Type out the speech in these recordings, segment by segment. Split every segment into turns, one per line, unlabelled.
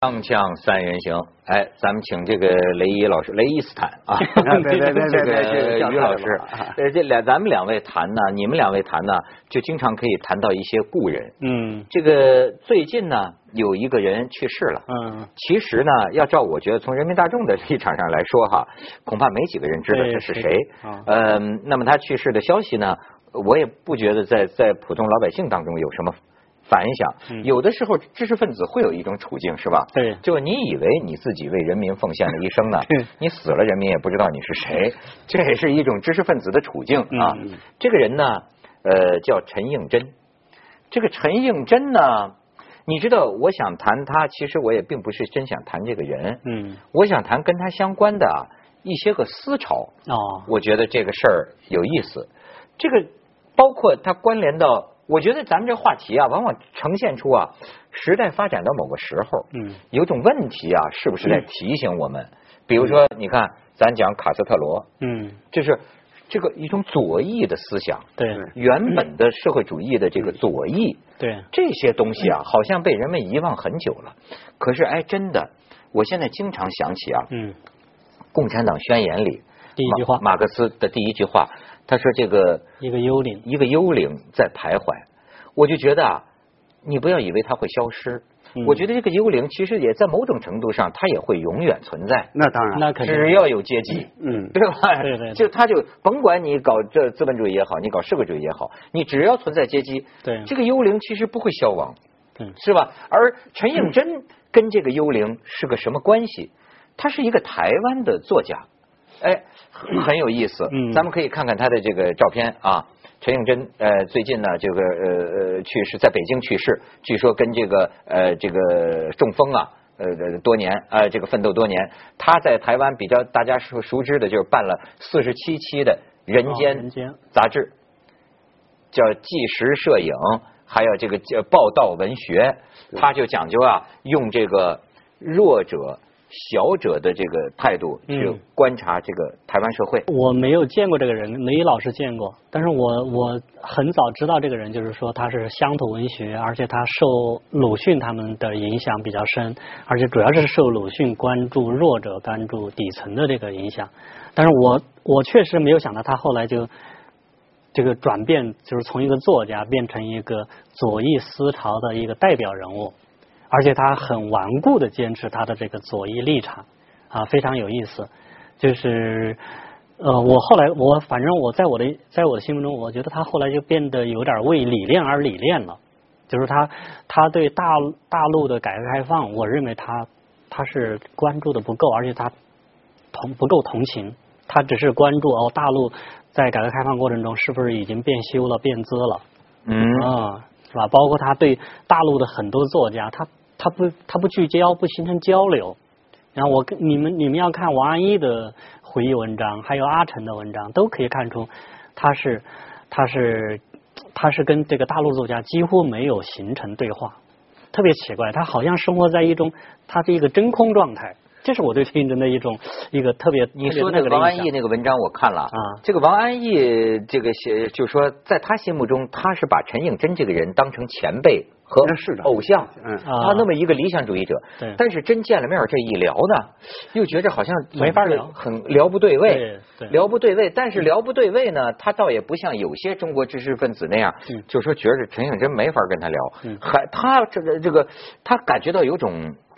锵锵三人行，哎，咱们请这个雷伊老师，雷伊斯坦啊，
对对对对对
这个于老师
啊，
呃，这俩咱们两位谈呢，你们两位谈呢，就经常可以谈到一些故人。
嗯
这个最近呢，有一个人去世了。
嗯，
其实呢，要照我觉得，从人民大众的立场上来说哈，恐怕没几个人知道
对
他是
谁
谁。
啊
嗯，那么他去世的消息呢，我也不觉得在在普通老百姓当中有什么反响。
嗯
有的时候，知识分子会有一种处境，是吧？
对
就你以为你自己为人民奉献了一生呢
对，
你死了人民也不知道你是 谁，这也是一种知识分子的处境啊
嗯嗯。
这个人呢，呃，叫陈应真。这个陈应真呢，你知道，我想谈他，其实我也并不是真想谈这个人，
嗯
我想谈跟他相关的啊一些个思潮。
哦，
我觉得这个事儿有意思，这个包括它关联到，我觉得咱们这话题啊，往往呈现出啊时代发展到某个时候，
嗯
有种问题啊，是不是在提醒我们？比如说，你看，咱讲卡斯特罗，
嗯，
这是这个一种左翼的思想，
对
原本的社会主义的这个左翼，
对，
这些东西啊，好像被人们遗忘很久了。可是，哎，真的，我现在经常想起啊，
嗯，
《共产党宣言》里
第一句话
马马克思的第一句话，他说这个
一个幽灵，
一个幽灵在徘徊，我就觉得啊，你不要以为它会消失，
嗯
我觉得这个幽灵其实也在某种程度上，它也会永远存在，
那当然，
嗯那肯定
只要有阶级。
嗯，
对吧？
对对对
就他就甭管你搞这资本主义也好，你搞社会主义也好，你只要存在阶级，
对
这个幽灵其实不会消亡，
对嗯
是吧？而陈应真跟这个幽灵是个什么关系？他是一个台湾的作家，哎，很很有意思。
嗯
咱们可以看看他的这个照片啊。陈应真呃，最近呢，这个呃呃去世，在北京去世，据说跟这个呃这个中风啊。呃，呃多年，呃，这个奋斗多年，他在台湾比较大家熟熟知的，就是办了四十七期的《人
哦人
间
间》
杂志，叫纪实摄影，还有这个呃报道文学，他就讲究啊，用这个弱者、小者的这个态度去
嗯
观察这个台湾社会。
我没有见过这个人，雷伊老师见过，但是我我很早知道这个人，就是说他是乡土文学，而且他受鲁迅他们的影响比较深，而且主要是受鲁迅关注弱者、关注底层的这个影响。但是我我确实没有想到他后来就这个转变，就是从一个作家变成一个左翼思潮的一个代表人物，而且他很顽固的坚持他的这个左翼立场啊，非常有意思。就是呃，我后来我反正我在我的在我的心目中，我觉得他后来就变得有点为理念而理念了。就是他，他对大陆大陆的改革开放，我认为他他是关注的不够，而且他同不够同情，他只是关注哦，大陆在改革开放过程中是不是已经变修了、变姿了
嗯，
啊、是吧？包括他对大陆的很多作家，他他不他不聚焦，不形成交流。然后我跟你们你们要看王安忆的回忆文章，还有阿城的文章，都可以看出他是他是他是跟这个大陆作家几乎没有形成对话，特别奇怪，他好像生活在一种他的一个真空状态。这是我对 听真的一种一个特别
你
特别
说
那
那
个
个
的
王安
印象
忆那个文章我看了
啊
这个王安忆这个写，就说在他心目中，他是把陈应真这个人当成前辈和
那是的
偶像，
嗯
啊
他那么一个理想主义者
对，
但是真见了面儿这一聊呢，又觉着好像
没法聊
很聊不对位，
对对嗯
聊不对位。但是聊不对位呢，他倒也不像有些中国知识分子那样
嗯，
就说觉着陈应真没法跟他聊
嗯，
还他这个这个他感觉到有种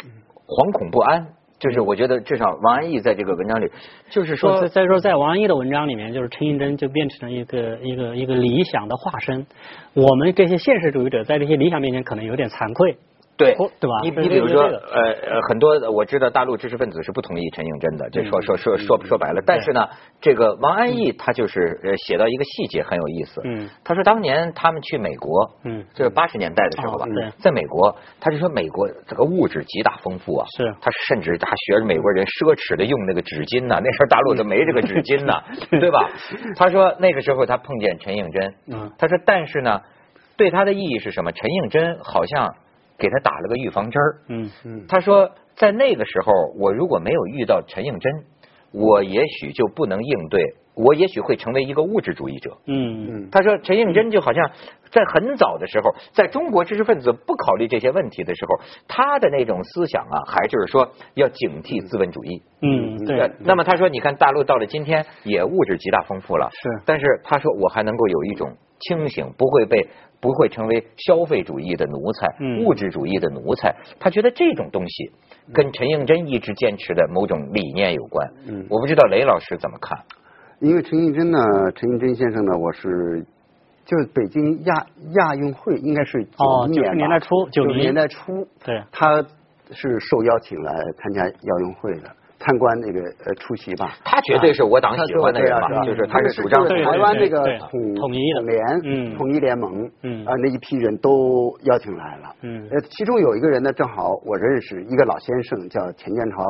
嗯
惶恐不安。就是我觉得至少王安忆在这个文章里，就是说
再嗯再说，在王安忆的文章里面，就是陈应真就变成了一个一个一个理想的化身。我们这些现实主义者在这些理想面前可能有点惭愧。
对
哦对吧
你
对
你比
对
如
对
说，
这个
呃呃，很多的我知道大陆知识分子是不同意陈应真的，这说说
嗯
说说说白了。但是呢，这个王安忆他就是呃写到一个细节很有意思，
嗯
他说当年他们去美国，
嗯
就是八十年代的时候吧
哦对，
在美国，他就说美国这个物质极大丰富啊，
是
他甚至他学着美国人奢侈的用那个纸巾呐、那时候大陆都没这个纸巾呐、 对吧？他说那个时候他碰见陈应真，
嗯
他说但是呢，对他的意义是什么？陈应真好像给他打了个预防针儿。
嗯
他说在那个时候，我如果没有遇到陈应真，我也许就不能应对我也许会成为一个物质主义者。
嗯
嗯，
他说陈应真就好像在很早的时候，在中国知识分子不考虑这些问题的时候，他的那种思想啊，还就是说要警惕资本主义。
嗯，对
呃，那么他说，你看大陆到了今天也物质极大丰富了，
是
但是他说我还能够有一种清醒，不会被不会成为消费主义的奴才，
嗯
物质主义的奴才。他觉得这种东西跟陈应真一直坚持的某种理念有关。
嗯
我不知道雷老师怎么看。
因为陈应真呢，陈应真先生呢，我是就是北京亚亚运会应该是
哦
90
90
年吧
年代初
90
91
年代初，
对，
他是受邀请来参加亚运会的，参观那个呃出席吧。
他绝对是我党喜欢的人
他最后对
嘛，
啊
就是
吧
他是主张
就
对
是
对
台湾
对
这个
对
统
统一的
联，
嗯
统一联盟，
嗯
啊，那一批人都邀请来了，
嗯
呃，其中有一个人呢，正好我认识一个老先生，叫钱建朝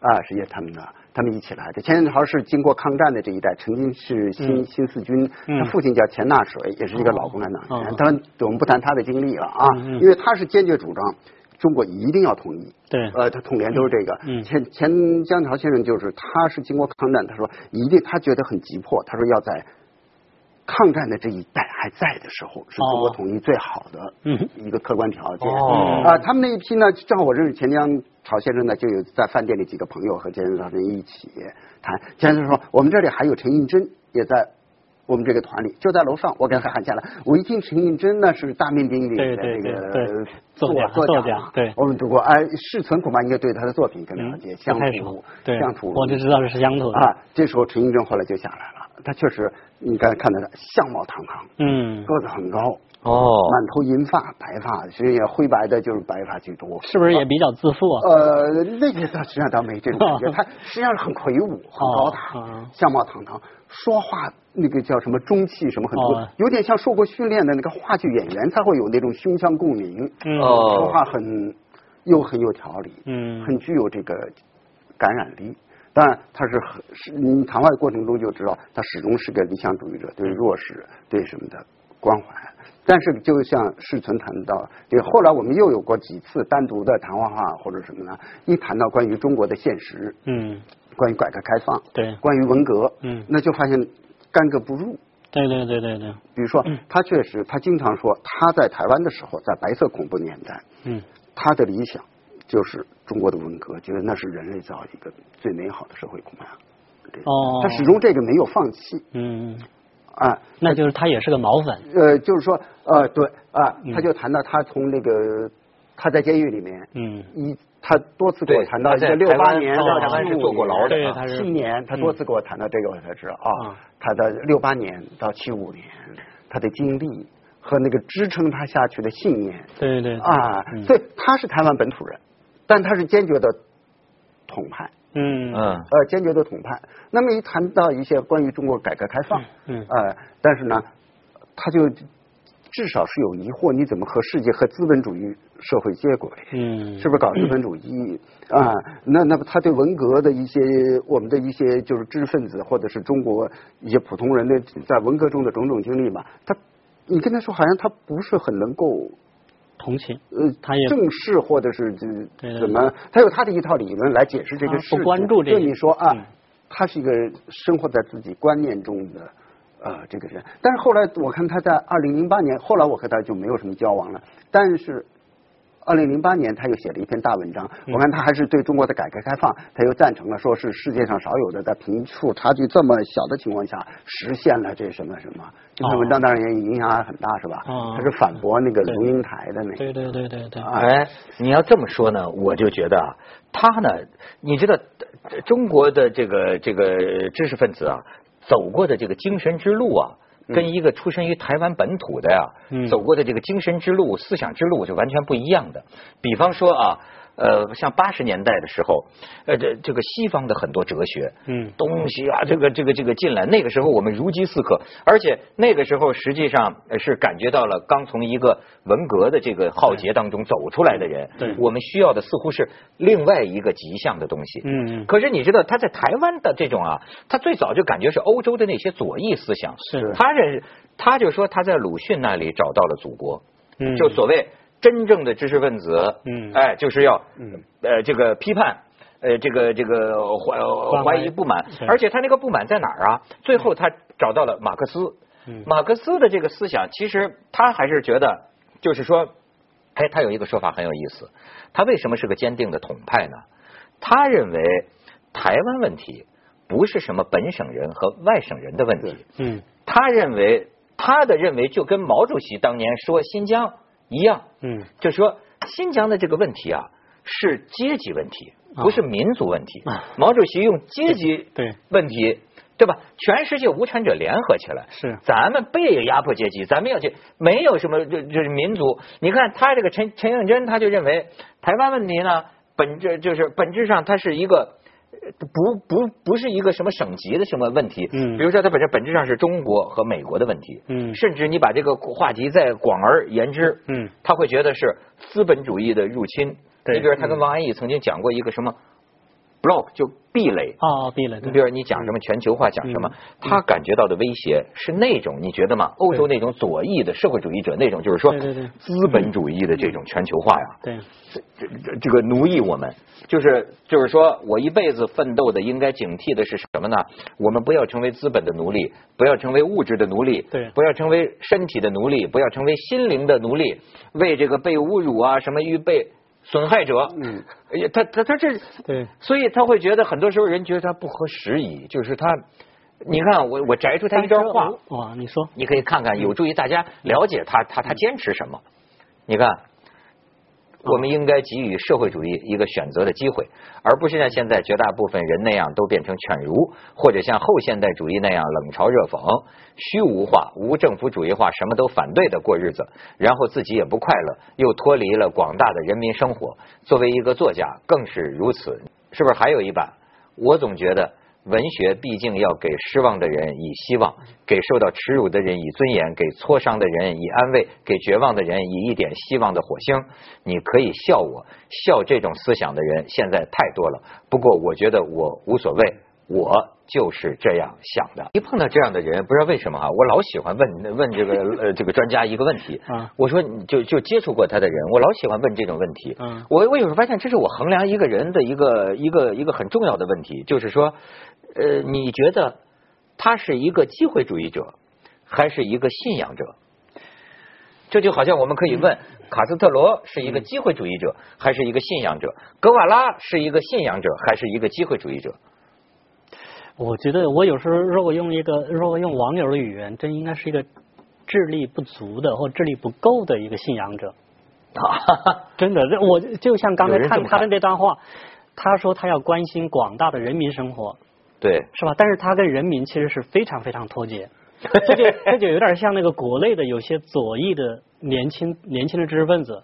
啊，是也他们的，他们一起来的。钱建朝是经过抗战的这一代，曾经是新
嗯
新四军，
嗯
他父亲叫钱纳水，也是一个老共产党
哦哦
员。当然，我们不谈他的经历了啊，
嗯嗯
因为他是坚决主张中国一定要统一，
对，
呃，他统联都是这个。
嗯
钱钱江潮先生就是，他是经过抗战，他说一定，他觉得很急迫，他说要在抗战的这一代还在的时候，是中国
哦
统一最好的
嗯
一个客观条件。
哦
啊，他们那一批呢，正好我认识钱江潮先生呢，就有在饭店里几个朋友和钱江潮先生一起谈。钱江潮说，我们这里还有陈应真也在。我们这个团里就在楼上，我给他喊下来。我一听陈应真呢是大名鼎鼎
对
的
对
这个
对对作
作
家
作
作
家
家
嘛
对
我们读过，哎，世存恐怕应该对他的作品更了解，乡
嗯不太
土
熟，对，
乡土
我就知道是乡土的，
啊。这时候陈应真后来就下来了，他确实，你刚才看到他相貌堂堂，
嗯，
个子很高，
哦
满头银发，白发，实际上灰白的就是白发居多。
是不是也比较自负啊？
呃，那个他实际上倒没这种感 觉，他实际上是很魁梧、很高
哦
大，相貌堂堂，说话那个叫什么中气什么很
哦
多，有点像受过训练的那个话剧演员才会有那种胸腔共鸣，
嗯
哦
说话很又很有条理，
嗯
很具有这个感染力。当然，他是很是你谈话的过程中就知道，他始终是个理想主义者，对弱势对什么的关怀。但是，就像世存谈到，也后来我们又有过几次单独的谈话话或者什么呢？一谈到关于中国的现实，
嗯，
关于改革开放，
对
关于文革，
嗯
那就发现干戈不入。
对对对对对，
比如说，他确实，他经常说他在台湾的时候，在白色恐怖年代，
嗯
他的理想就是中国的文革，觉得那是人类造一个最美好的社会，恐怕。这个
哦
他始终这个没有放弃
嗯，
啊。
那就是他也是个毛粉，
呃，就是说，呃，对啊
嗯，
他就谈到他从那个他在监狱里面，
嗯
一他多次给我
对
谈到
他
一
在
个六
台
八
湾哦
年
他
在
到
台湾
是坐过牢的啊
对他是
七年，他多次给我谈到这个，我才知道
嗯
啊，他的六八年到七五年他的经历和那个支撑他下去的信念，
对对对
啊
嗯，
所以他是台湾本土人，但他是坚决的统派，
嗯
嗯
呃，坚决的统派。那么一谈到一些关于中国改革开放，
嗯嗯
呃，但是呢，他就至少是有疑惑，你怎么和世界和资本主义社会接轨？
嗯，
是不是搞资本主义啊？那那么他对文革的一些我们的一些就是知识分子或者是中国一些普通人的在文革中的种种经历吧，他你跟他说好像他不是很能够
同情？
呃，
他也
正式或者是
对对
这怎么，他有他的一套理论来解释这
他
个
不
事情。
关注这
对
个
你说
嗯
啊，他是一个生活在自己观念中的呃这个人。但是后来我看他在二零零八年，后来我和他就没有什么交往了。但是二零零八年他又写了一篇大文章，
嗯
我看他还是对中国的改革开放，他又赞成了，说是世界上少有的在贫富差距这么小的情况下实现了这什么什么。这篇文章当然也影响很大，是吧？
哦
他是反驳那个
对
龙应台的那个。
对对对对对，
啊，
哎，你要这么说呢，我就觉得啊，他呢，你知道呃中国的这个这个知识分子啊，走过的这个精神之路啊。
嗯
跟一个出身于台湾本土的呀、
嗯
走过的这个精神之路、思想之路是完全不一样的。比方说啊，呃，像八十年代的时候，呃，这这个西方的很多哲学，
嗯
东西啊，这个这个这个进来，那个时候我们如饥似渴，而且那个时候实际上呃是感觉到了刚从一个文革的这个浩劫当中走出来的人，
嗯对
我们需要的似乎是另外一个极向的东西。
嗯，嗯
可是你知道他在台湾的这种啊，他最早就感觉是欧洲的那些左翼思想，
是
他认他就说他在鲁迅那里找到了祖国，
嗯
就所谓真正的知识分子，
嗯
哎，就是要
嗯
呃这个批判。呃这个这个怀呃怀疑不满，而且他那个不满在哪儿啊？最后他找到了马克思，马克思的这个思想，其实他还是觉得就是说，哎，他有一个说法很有意思，他为什么是个坚定的统派呢？他认为台湾问题不是什么本省人和外省人的问题，
嗯
他认为他的认为就跟毛主席当年说新疆一样，
嗯
就是说新疆的这个问题啊是阶级问题，
啊
不是民族问题。
啊
毛主席用阶级
对
问题，对吧？全世界无产者联合起来，
是
咱们被压迫阶级，咱们要去，没有什么就就是民族。你看他这个陈陈应真，他就认为台湾问题呢，本质就是本质上它是一个。呃不不不是一个什么省级的什么问题，
嗯
比如说它本身本质上是中国和美国的问题，
嗯
甚至你把这个话题再广而言之，
嗯
他会觉得是资本主义的入侵。
对嗯
你比如他跟王安忆曾经讲过一个什么 block 就壁垒，
哦，闭了
你
对嗯
比如你讲什么全球化，讲什么，他感觉到的威胁是那种你觉得吗？欧洲那种左翼的社会主义者那种，就是说
对对对嗯
资本主义的这种全球化呀，
对
这这这个奴役我们，就是就是说我一辈子奋斗的，应该警惕的是什么呢？我们不要成为资本的奴隶，不要成为物质的奴隶，
对
不要成为身体的奴隶，不要成为心灵的奴隶，为这个被侮辱啊什么预备损害者，
嗯
哎呀，他他他这
对
所以他会觉得很多时候人觉得他不合时宜，就是他，你看我我摘出他一段话，
哇，你说
你可以看看，有助于大家了解他他他坚持什么。你看，我们应该给予社会主义一个选择的机会，而不是像现在绝大部分人那样都变成犬儒，或者像后现代主义那样冷嘲热讽、虚无化、无政府主义化，什么都反对的过日子，然后自己也不快乐，又脱离了广大的人民生活。作为一个作家，更是如此，是不是？还有一版，我总觉得文学毕竟要给失望的人以希望，给受到耻辱的人以尊严，给挫伤的人以安慰，给绝望的人以一点希望的火星。你可以笑我，笑这种思想的人现在太多了。不过我觉得我无所谓，我就是这样想的。一碰到这样的人，不知道为什么哈、我老喜欢问问这个呃这个专家一个问题
啊
我说你就就接触过他的人，我老喜欢问这种问题。
嗯
我我有时候发现，这是我衡量一个人的一个一个一个很重要的问题，就是说，呃，你觉得他是一个机会主义者，还是一个信仰者？这就好像我们可
嗯
以问卡斯特罗是一个机会主义者还是一个信仰者，格瓦拉是一个信仰者还是一个机会主义者？
我觉得我有时候如果用一个如果用网友的语言，这应该是一个智力不足的或智力不够的一个信仰 者。真的，这我就像刚才
有人这
看
么
他的
看
那段话，他说他要关心广大的人民生活，
对，
是吧？但是他跟人民其实是非常非常脱节，这就这就有点像那个国内的有些左翼的年轻年轻的知识分子，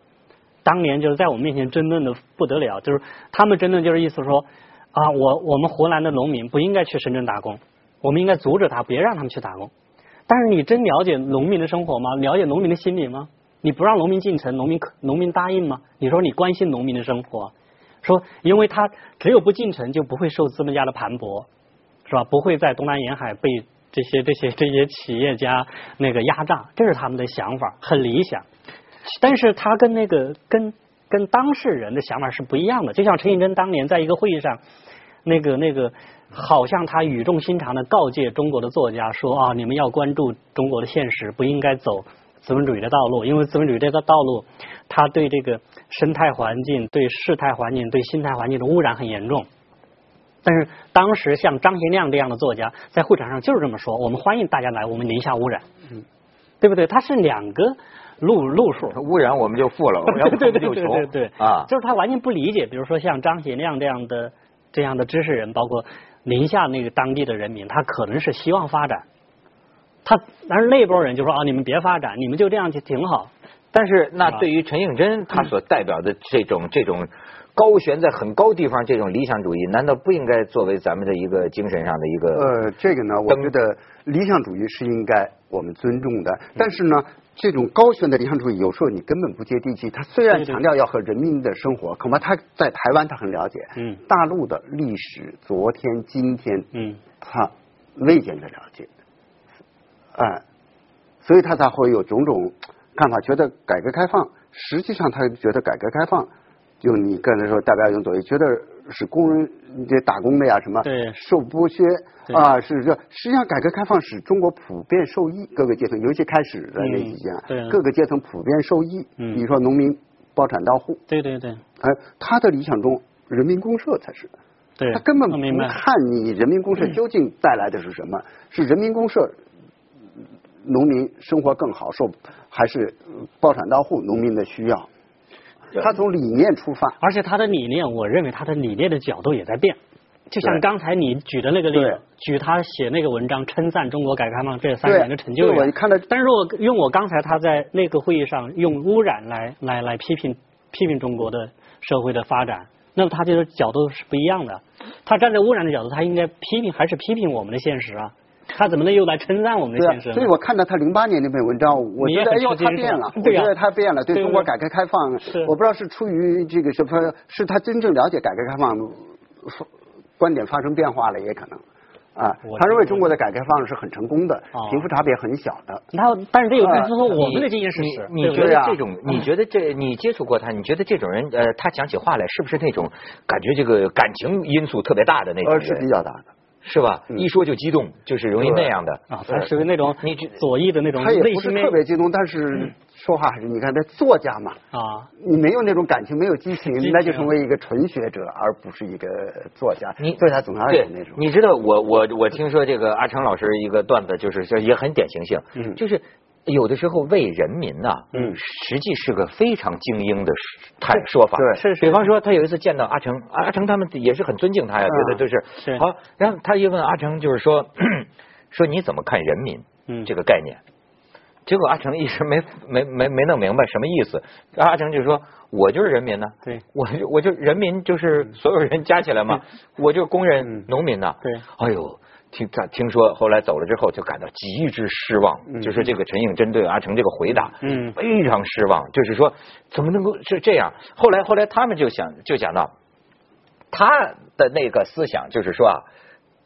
当年就是在我们面前争论的不得了，就是他们争论就是意思说啊，我我们湖南的农民不应该去深圳打工，我们应该阻止他，别让他们去打工。但是你真了解农民的生活吗？了解农民的心理吗？你不让农民进城，农民可农民答应吗？你说你关心农民的生活，说因为他只有不进城就不会受资本家的盘剥，是吧？不会在东南沿海被这些这些这些企业家那个压榨，这是他们的想法，很理想。但是他跟那个跟跟当事人的想法是不一样的。就像陈应真当年在一个会议上，那个那个，好像他语重心长的告诫中国的作家说啊，你们要关注中国的现实，不应该走资本主义的道路，因为资本主义这个道路，它对这个生态环境、对事态环境、对心态环境的污染很严重。但是当时像张贤亮这样的作家在会场上就是这么说：我们欢迎大家来，我们宁夏污染，对不对？它是两个路路数，
污染我们就富了，要 不
对对
就
对
穷
对对
啊！
就是他完全不理解，比如说像张贤亮这样的这样的知识人，包括宁夏那个当地的人民，他可能是希望发展，他但是那波人就说啊，你们别发展，你们就这样就挺好，
但是，那
吧
对于陈应真他所代表的这种这种高悬在很高地方这种理想主义，难道不应该作为咱们的一个精神上的一个？
呃，这个呢，我
登
觉得理想主义是应该我们尊重的，
嗯
但是呢，这种高悬的理想主义有时候你根本不接地气。它虽然
对对
强调要和人民的生活，恐怕他在台湾他很了解，
嗯
大陆的历史，昨天、今天，
嗯
他未见得了解，哎、所以他才会有种种看法，觉得改革开放，实际上他觉得改革开放，就你刚才说代表一种左翼，觉得使工人这打工的呀什么
对
受剥削
对
啊，是这实际上改革开放使中国普遍受益，各个阶层，尤其开始的
嗯
那几件啊，
对啊
各个阶层普遍受益。
嗯
比如说农民包产到户，
对对对
哎，他的理想中人民公社才是。
对，
他根本
我
不
明白。
看你人民公社究竟带来的是什么，是人民公社农民生活更好受，还是呃包产到户农民的需要？他从理念出发，
而且他的理念，我认为他的理念的角度也在变。就像
对
刚才你举的那个例
对
子，举他写那个文章称赞中国改革开放这三十
对
年的成就
对
一样
我看到
但是如果用我刚才他在那个会议上用污染来来来批评批评中国的社会的发展，那么他这个角度是不一样的。他站在污染的角度，他应该批评还是批评我们的现实啊？他怎么能又来称赞我们的
对
现
啊，
实呢？
所以我看到他零八年那篇文章，我
你
觉
也
得哎
很
呦，
吃
他
惊是
变
吧
了，我
对
觉
啊
得他变了，对
对
中国
对
改革开放
是，
我不知道是出于这个什么，是他真正了解改革开放，说观点发生变化了，也可能。啊
我，
他认为
觉得
中国的改革开放是很成功的
哦，
贫富差别很小的，
那但是这
呃
有就是说
你
我们的经验事
你
实，
你
对不
觉
对
得
啊
这种？你觉得这？你接触过他？你觉得这种人，呃，他讲起话来是不是那种感觉这个感情因素特别大的那种
呃，
人？
是比较大的。
是吧？
嗯
一说就激动，就是容易那样的
啊，他属于那种
你这
左翼的那种
他也
内
不是
心的嗯
特别激动，但是说话还是你看他作家嘛，
啊，
你没有那种感情，没有激情
激情，
那就成为一个纯学者，而不是一个作家。
你
作家总要有
对
那种。
你知道我我我听说这个阿成老师一个段子，就是说也很典型性，
嗯
就是有的时候为人民呐、
嗯
实际是个非常精英的态说法。
对
是是
比方说他有一次见到阿成，阿阿成他们也是很尊敬他呀，
嗯
觉得都是
是
好。然后他一问阿成，就是说 说你怎么看人民
嗯
这个概念？结果阿成一直没没没没弄明白什么意思，然后阿成就说：“我就是人民呢、
对嗯
我就我就人民就是所有人加起来嘛，我就工人
嗯、
农民呐、
对，
哎呦，听他听说后来走了之后，就感到极之失望，
嗯
就是这个陈应真对阿成这个回答，
嗯
非常失望，就是说怎么能够是这样？后来后来他们就想就想到，他的那个思想就是说啊，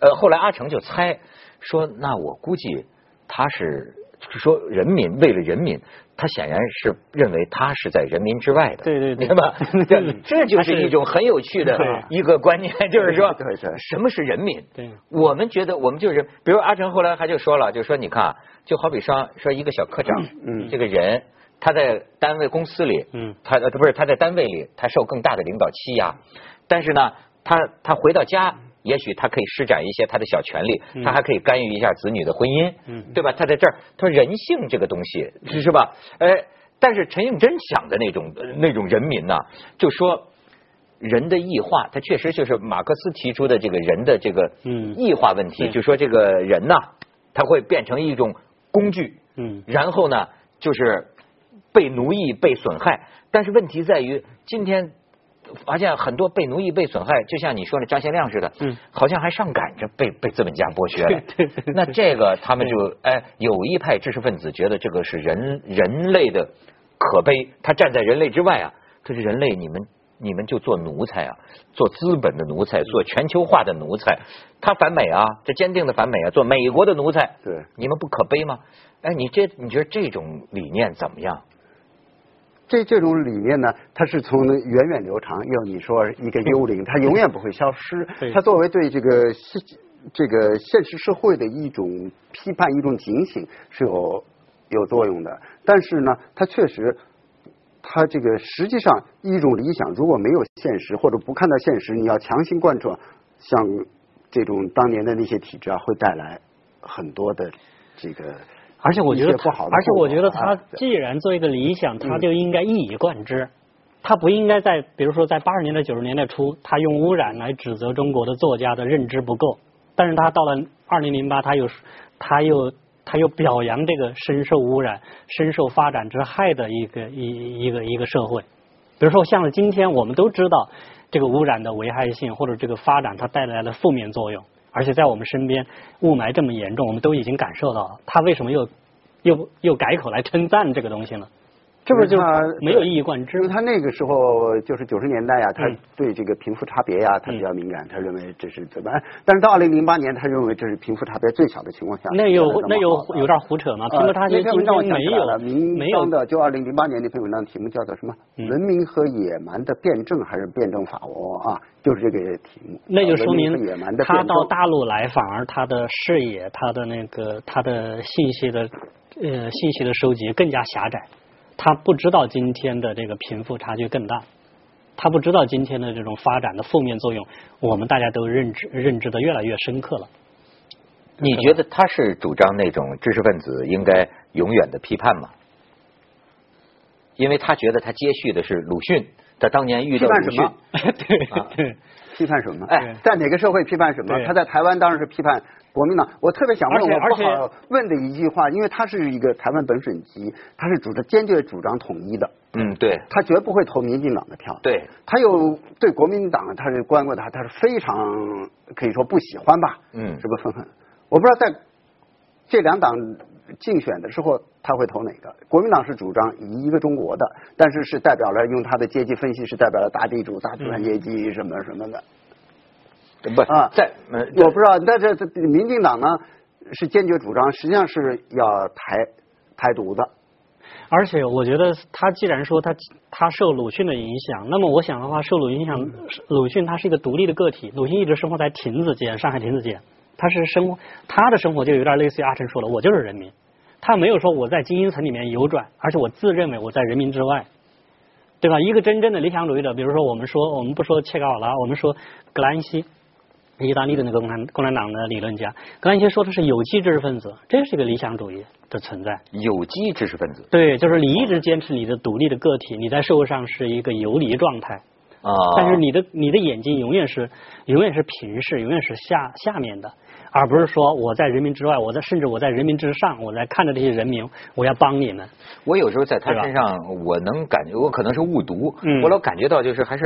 呃，后来阿成就猜说，那我估计他是说人民为了人民，他显然是认为他是在人民之外的，
对对对
明 白吧？这这就是一种很有趣的
对
一个观念，就是说，
对对
什么是人民？
对，
我们觉得我们就是，比如阿成后来还就说了，就说你看啊，就好比说说一个小科长，
嗯
这个人他在单位公司里，
嗯
他呃不是他在单位里，他受更大的领导欺压，但是呢，他他回到家，也许他可以施展一些他的小权利，
嗯
他还可以干预一下子女的婚姻，
嗯
对吧？他在这儿，他说人性这个东西是是吧？哎，但是陈应真想的那种呃那种人民呢、就说。人的异化，它确实就是马克思提出的这个人的这个
嗯
异化问题，
对
就说这个人呐、他会变成一种工具，
嗯
然后呢，就是被奴役、被损害。但是问题在于，今天发现很多被奴役、被损害，就像你说的张贤亮似的，
嗯，
好像还上赶着被被资本家剥削了。
对对对
那这个他们就哎，有一派知识分子觉得这个是人人类的可悲，他站在人类之外啊，他是人类你们。你们就做奴才啊，做资本的奴才，做全球化的奴才。他反美啊，这坚定的反美啊，做美国的奴才。
对
你们不可悲吗？哎，你这你觉得这种理念怎么样？
这这种理念呢，它是从源远流长。要你说一个 幽灵，它永远不会消失
对。
它作为对这个现这个现实社会的一种批判、一种警醒是有有作用的。但是呢，它确实，它这个实际上一种理想，如果没有现实或者不看到现实，你要强行贯彻，像这种当年的那些体制啊，会带来很多的这个。
而且我觉
一
得
些
他，
不好的
而且我觉得
后果啊嗯
他既然做一个理想，他就应该一以贯之。他不应该在，比如说在八十年代、九十年代初，他用污染来指责中国的作家的认知不够，但是他到了二零零八，他又他又他又表扬这个深受污染、深受发展之害的一个一一个一个社会。比如说，像是今天我们都知道这个污染的危害性或者这个发展它带来的负面作用，而且在我们身边雾霾这么严重，我们都已经感受到了。他为什么又又又改口来称赞这个东西呢？这不是就
因为他
没有一以贯之
因为
吗？
他那个时候就是九十年代啊呀，他
嗯
对这个贫富差别呀，他比较敏感，他认为这是怎么？但是到二零零八年，他认为这是贫富差别最小的情况下。
那有
这么
那有
好的
有点胡扯嘛？凭着他
呃那
现在
篇
今
文章我
天
想
没
起来了，
有没
明
有
章的就二零零八年那篇文章题目叫做什么？
嗯
文明和野蛮的辩证还是辩证法？哦啊，就是这个题目。
那就
呃
说明
文明和野蛮的
他
辩证
到大陆来，反而他的视野、他的那个、他的信息的呃信息的收集更加狭窄，他不知道今天的这个贫富差距更大，他不知道今天的这种发展的负面作用，我们大家都认知认知的越来越深刻了。
你觉得他是主张那种知识分子应该永远的批判吗？因为他觉得他接续的是鲁迅，他当年遇到
批判
鲁
什么
迅，
对、
啊
对，
批判什么？
哎，
在哪个社会批判什么
对？
他在台湾当然是批判国民党。我特别想问，
而且
我
而且
不好问的一句话，因为他是一个台湾本省籍，他是主张坚决主张统一的，
嗯，对
他绝不会投民进党的票。
对，
他又对国民党，他是关过他，他是非常可以说不喜欢吧，
嗯
是不 是愤恨？我不知道在这两党竞选的时候他会投哪个。国民党是主张一一个中国的，但是是代表了用他的阶级分析是代表了大地主、大资
嗯
产阶级什么什么的。
不
啊
在呃
我不知道，但这这民进党呢是坚决主张，实际上是要台台独的。
而且我觉得他既然说他他受鲁迅的影响，那么我想的话，受鲁迅影响，鲁迅他是一个独立的个体，鲁迅一直生活在亭子间，上海亭子间，他是生活他的生活就有点类似于阿成说的，我就是人民，他没有说我在精英层里面游转，而且我自认为我在人民之外。对吧？一个真正的理想主义者，比如说我们说，我们不说切格瓦拉，我们说格兰西，意大利的那个共产共产党的理论家，格兰西说的是有机知识分子，这是一个理想主义的存在。
有机知识分子
对，就是你一直坚持你的独立的个体，你在社会上是一个游离状态，
啊，
但是你的你的眼睛永远是永远是平视，永远是下下面的，而不是说我在人民之外，我在甚至我在人民之上，我在看着这些人民，我要帮你们。
我有时候在他
对吧
身上，我能感觉，我可能是误读，
嗯
我老感觉到就是还是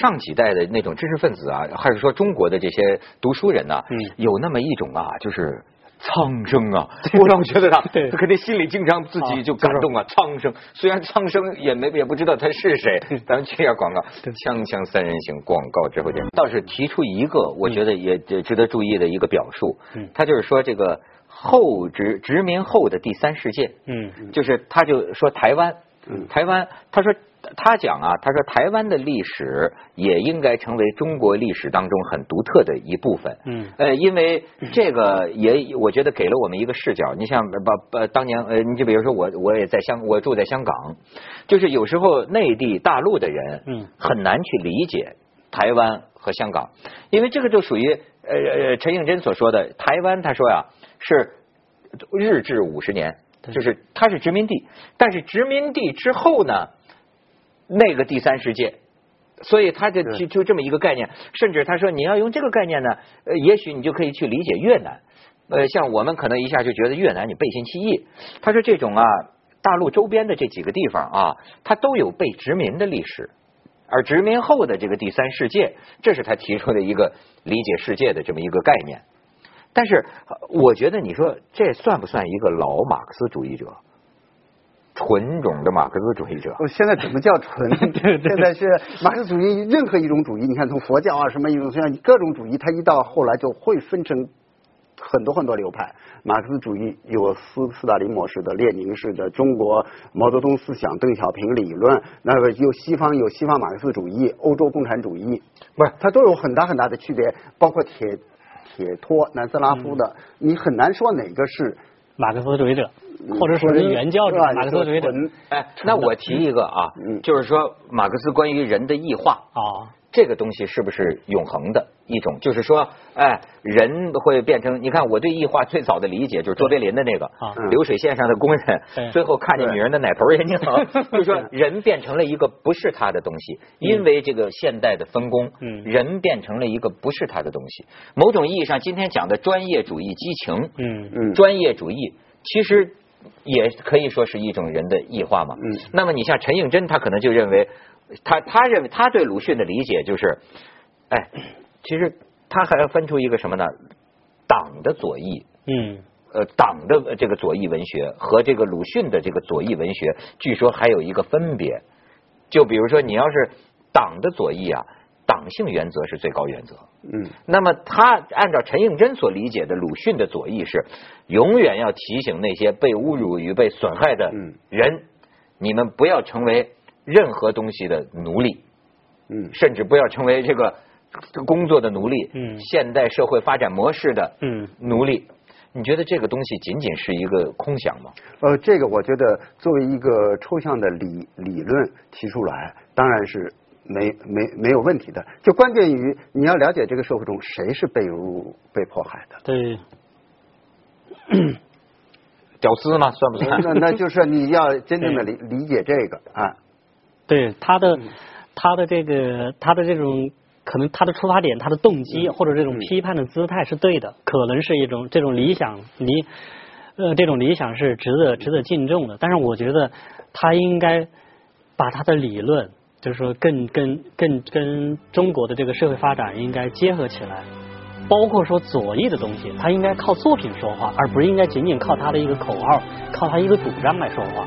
上几代的那种知识分子啊，还是说中国的这些读书人呐、
嗯
有那么一种啊，就是。苍生啊，我老觉得他，
对
他肯定心里经常自己就感动啊。苍生，虽然苍生也没也不知道他是谁。咱们去一下广告，锵锵三人行广告之后
嗯
见。倒是提出一个我觉得也值值得注意的一个表述
嗯，
他就是说这个后殖殖民后的第三世界，
嗯
就是他就说台湾
嗯，
台湾，他说他讲啊，他说台湾的历史也应该成为中国历史当中很独特的一部分。
嗯
呃，因为这个也我觉得给了我们一个视角。你像把把当年呃，你就比如说我我也在香，我住在香港，就是有时候内地大陆的人，
嗯
很难去理解台湾和香港，因为这个就属于呃呃陈应真所说的台湾，他说呀是日治五十年，
对
就是它是殖民地，但是殖民地之后呢，那个第三世界。所以他就
对
就就这么一个概念，甚至他说你要用这个概念呢，呃，也许你就可以去理解越南。呃，像我们可能一下就觉得越南你背信弃义，他说这种啊，大陆周边的这几个地方啊，它都有被殖民的历史，而殖民后的这个第三世界，这是他提出的一个理解世界的这么一个概念。但是呃我觉得你说这算不算一个老马克思主义者，纯种的马克思主义者？
我现在怎么叫纯？
对对
现在是马克思主义，任何一种主义，你看从佛教啊什么一种像各种主义，它一到后来就会分成很多很多流派。马克思主义有斯斯大林模式的、列宁式的、中国毛泽东思想、邓小平理论，那个有西方有西方马克思主义、欧洲共产主义，
不是
它都有很大很大的区别，包括铁铁托南斯拉夫的，
嗯
你很难说哪个是。
马克思主义者，或者说是
纯
原教旨
是吧
马克思主义者
纯
哎，那我提一个啊，
嗯
就是说马克思关于人的异化，
啊，
这个东西是不是永恒的一种？就是说，哎，人会变成，你看我对异化最早的理解就是卓别林的那个
啊
流水线上的工
对
人，最后看见女人的奶头也拧， 就是说人变成了一个不是他的东西，因为这个现代的分工，
嗯
人变成了一个不是他的东西。某种意义上，今天讲的专业主义激情，
嗯
嗯
专业主义其实也可以说是一种人的异化嘛。
嗯
那么你像陈应真，他可能就认为，他他认为他对鲁迅的理解就是，哎，其实他还要分出一个什么呢？党的左翼
嗯
呃党的这个左翼文学和这个鲁迅的这个左翼文学，据说还有一个分别。就比如说，你要是党的左翼啊，党性原则是最高原则。
嗯，
那么他按照陈应真所理解的鲁迅的左翼是，永远要提醒那些被侮辱与被损害的
嗯
人，你们不要成为任何东西的奴隶。
嗯
甚至不要成为这个工作的奴隶，
嗯
现代社会发展模式的
嗯
奴隶。你觉得这个东西仅仅是一个空想吗？
呃，这个我觉得作为一个抽象的理理论提出来，当然是没没没有问题的。就关键于你要了解这个社会中谁是被辱被迫害的。
对，
屌丝吗？算不算？
那那就是你要真正的理理解这个啊，
对他的他的这个他的这种可能他的出发点、他的动机或者这种批判的姿态是对的，可能是一种这种理想理呃这种理想是值得值得敬重的，但是我觉得他应该把他的理论。就是说更，更更跟中国的这个社会发展应该结合起来，包括说左翼的东西，他应该靠作品说话，而不是应该仅仅靠他的一个口号，靠他一个主张来说话。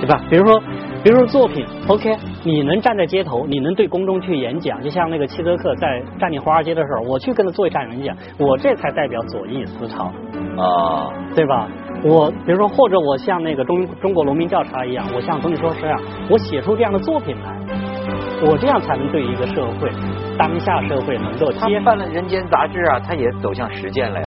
对吧？比如说，比如说作品，OK，你能站在街头，你能对公众去演讲，就像那个契诃克在占领华尔街的时候，我去跟他做一场演讲，我这才代表左翼思潮，
啊，
对吧？我比如说，或者我像那个中中国农民调查一样，我像总理说这样，我写出这样的作品来，我这样才能对一个社会，当下社会能够
他
接受。
办了《人间》杂志啊，他也走向实践了呀。